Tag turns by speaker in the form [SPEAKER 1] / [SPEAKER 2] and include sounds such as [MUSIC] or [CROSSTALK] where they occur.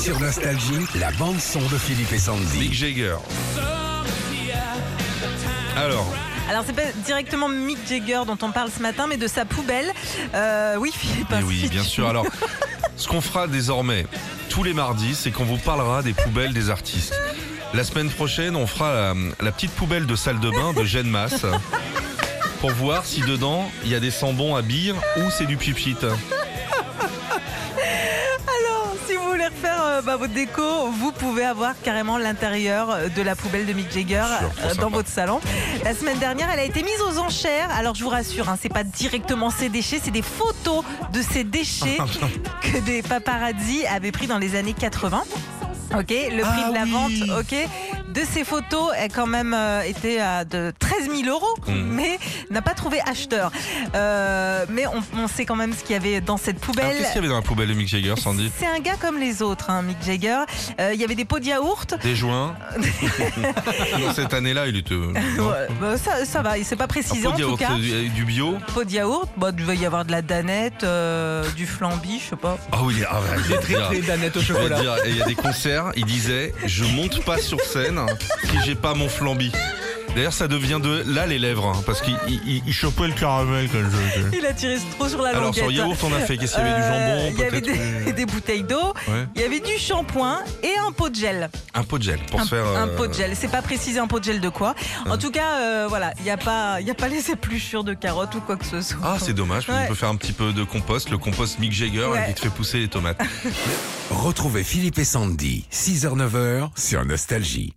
[SPEAKER 1] Sur Nostalgie, la bande-son de Philippe et
[SPEAKER 2] Mick
[SPEAKER 1] Sandy.
[SPEAKER 2] Jagger. Alors,
[SPEAKER 3] Alors c'est pas directement Mick Jagger dont on parle ce matin, mais de sa poubelle. Euh, oui, Philippe.
[SPEAKER 2] eh oui,
[SPEAKER 3] ainsi
[SPEAKER 2] bien
[SPEAKER 3] tu-
[SPEAKER 2] sûr. Alors, ce qu'on fera désormais tous les mardis, c'est qu'on vous parlera des poubelles des artistes. La semaine prochaine, on fera la, la petite poubelle de salle de bain de Gêne Masse pour voir si dedans il y a des sambons à bire ou c'est du pipit.
[SPEAKER 3] Alors, si vous voulez refaire euh, bah, votre déco, vous pouvez avoir carrément l'intérieur euh, de la poubelle de Mick Jagger
[SPEAKER 2] Sûr, trop
[SPEAKER 3] euh,
[SPEAKER 2] sympa.
[SPEAKER 3] dans votre salon. La semaine dernière, elle a été mise aux enchères. Alors je vous rassure, hein, c'est pas directement ses déchets, c'est des photos de ces déchets
[SPEAKER 2] Ah,
[SPEAKER 3] que des paparazzi avaient pris dans les années 80. Ok, le prix
[SPEAKER 2] Ah
[SPEAKER 3] de la
[SPEAKER 2] oui.
[SPEAKER 3] vente, ok, de ces photos a quand même euh, été à de 13 000 euros,
[SPEAKER 2] Mm.
[SPEAKER 3] mais n'a pas trouvé acheteur. Euh, mais on, on sait quand même ce qu'il y avait dans cette
[SPEAKER 2] Alors,
[SPEAKER 3] poubelle.
[SPEAKER 2] Ah, qu'est-ce qu'il y avait dans la poubelle de Mick Jagger, Sandy
[SPEAKER 3] C'est un gars comme les autres, hein, Mick Jagger. Euh, Il y avait des pots de yaourt.
[SPEAKER 2] Des
[SPEAKER 3] [LAUGHS]
[SPEAKER 2] joints Non, Cette année-là, il était. euh, non
[SPEAKER 3] Ouais, bah, ça, ça va, il s'est pas
[SPEAKER 2] Un
[SPEAKER 3] précisé
[SPEAKER 2] pot
[SPEAKER 3] en
[SPEAKER 2] de
[SPEAKER 3] tout
[SPEAKER 2] yaourt,
[SPEAKER 3] cas.
[SPEAKER 2] euh, du bio.
[SPEAKER 3] Pot de yaourt, bah, il va y avoir de la danette, euh, du flambi, je sais pas.
[SPEAKER 2] Ah oui, ah, ouais, je vais dire.
[SPEAKER 4] danettes au
[SPEAKER 2] Je vais dire, et il y a des concerts, il disait Je monte pas sur scène si j'ai pas mon flambi. D'ailleurs, ça devient de là les lèvres, hein, parce qu'il il, il- il chopait le caramel quand je.
[SPEAKER 3] Il a tiré trop sur la
[SPEAKER 2] Alors,
[SPEAKER 3] languette.
[SPEAKER 2] sur yaourt, on a fait qu'est-ce qu'il y avait
[SPEAKER 3] Ah, Euh,
[SPEAKER 2] du
[SPEAKER 3] Il y
[SPEAKER 2] jambon,
[SPEAKER 3] avait
[SPEAKER 2] peut-être
[SPEAKER 3] des,
[SPEAKER 2] euh,
[SPEAKER 3] [LAUGHS] des bouteilles d'eau,
[SPEAKER 2] ouais.
[SPEAKER 3] il y avait du shampoing et un pot de gel.
[SPEAKER 2] Un pot de gel pour
[SPEAKER 3] un,
[SPEAKER 2] se faire.
[SPEAKER 3] un
[SPEAKER 2] euh,
[SPEAKER 3] pot de gel, c'est pas précisé un pot de gel de quoi. En tout cas, euh, voilà, il n'y a, pas- il y a pas les épluchures de carottes ou quoi que ce soit.
[SPEAKER 2] Ah, c'est dommage,
[SPEAKER 3] Ouais.
[SPEAKER 2] on peut faire un petit peu de compost, le compost Mick Jagger,
[SPEAKER 3] Ouais.
[SPEAKER 2] il te fait pousser les tomates.
[SPEAKER 1] Retrouvez Philippe et Sandy, 6h-9h, sur Nostalgie.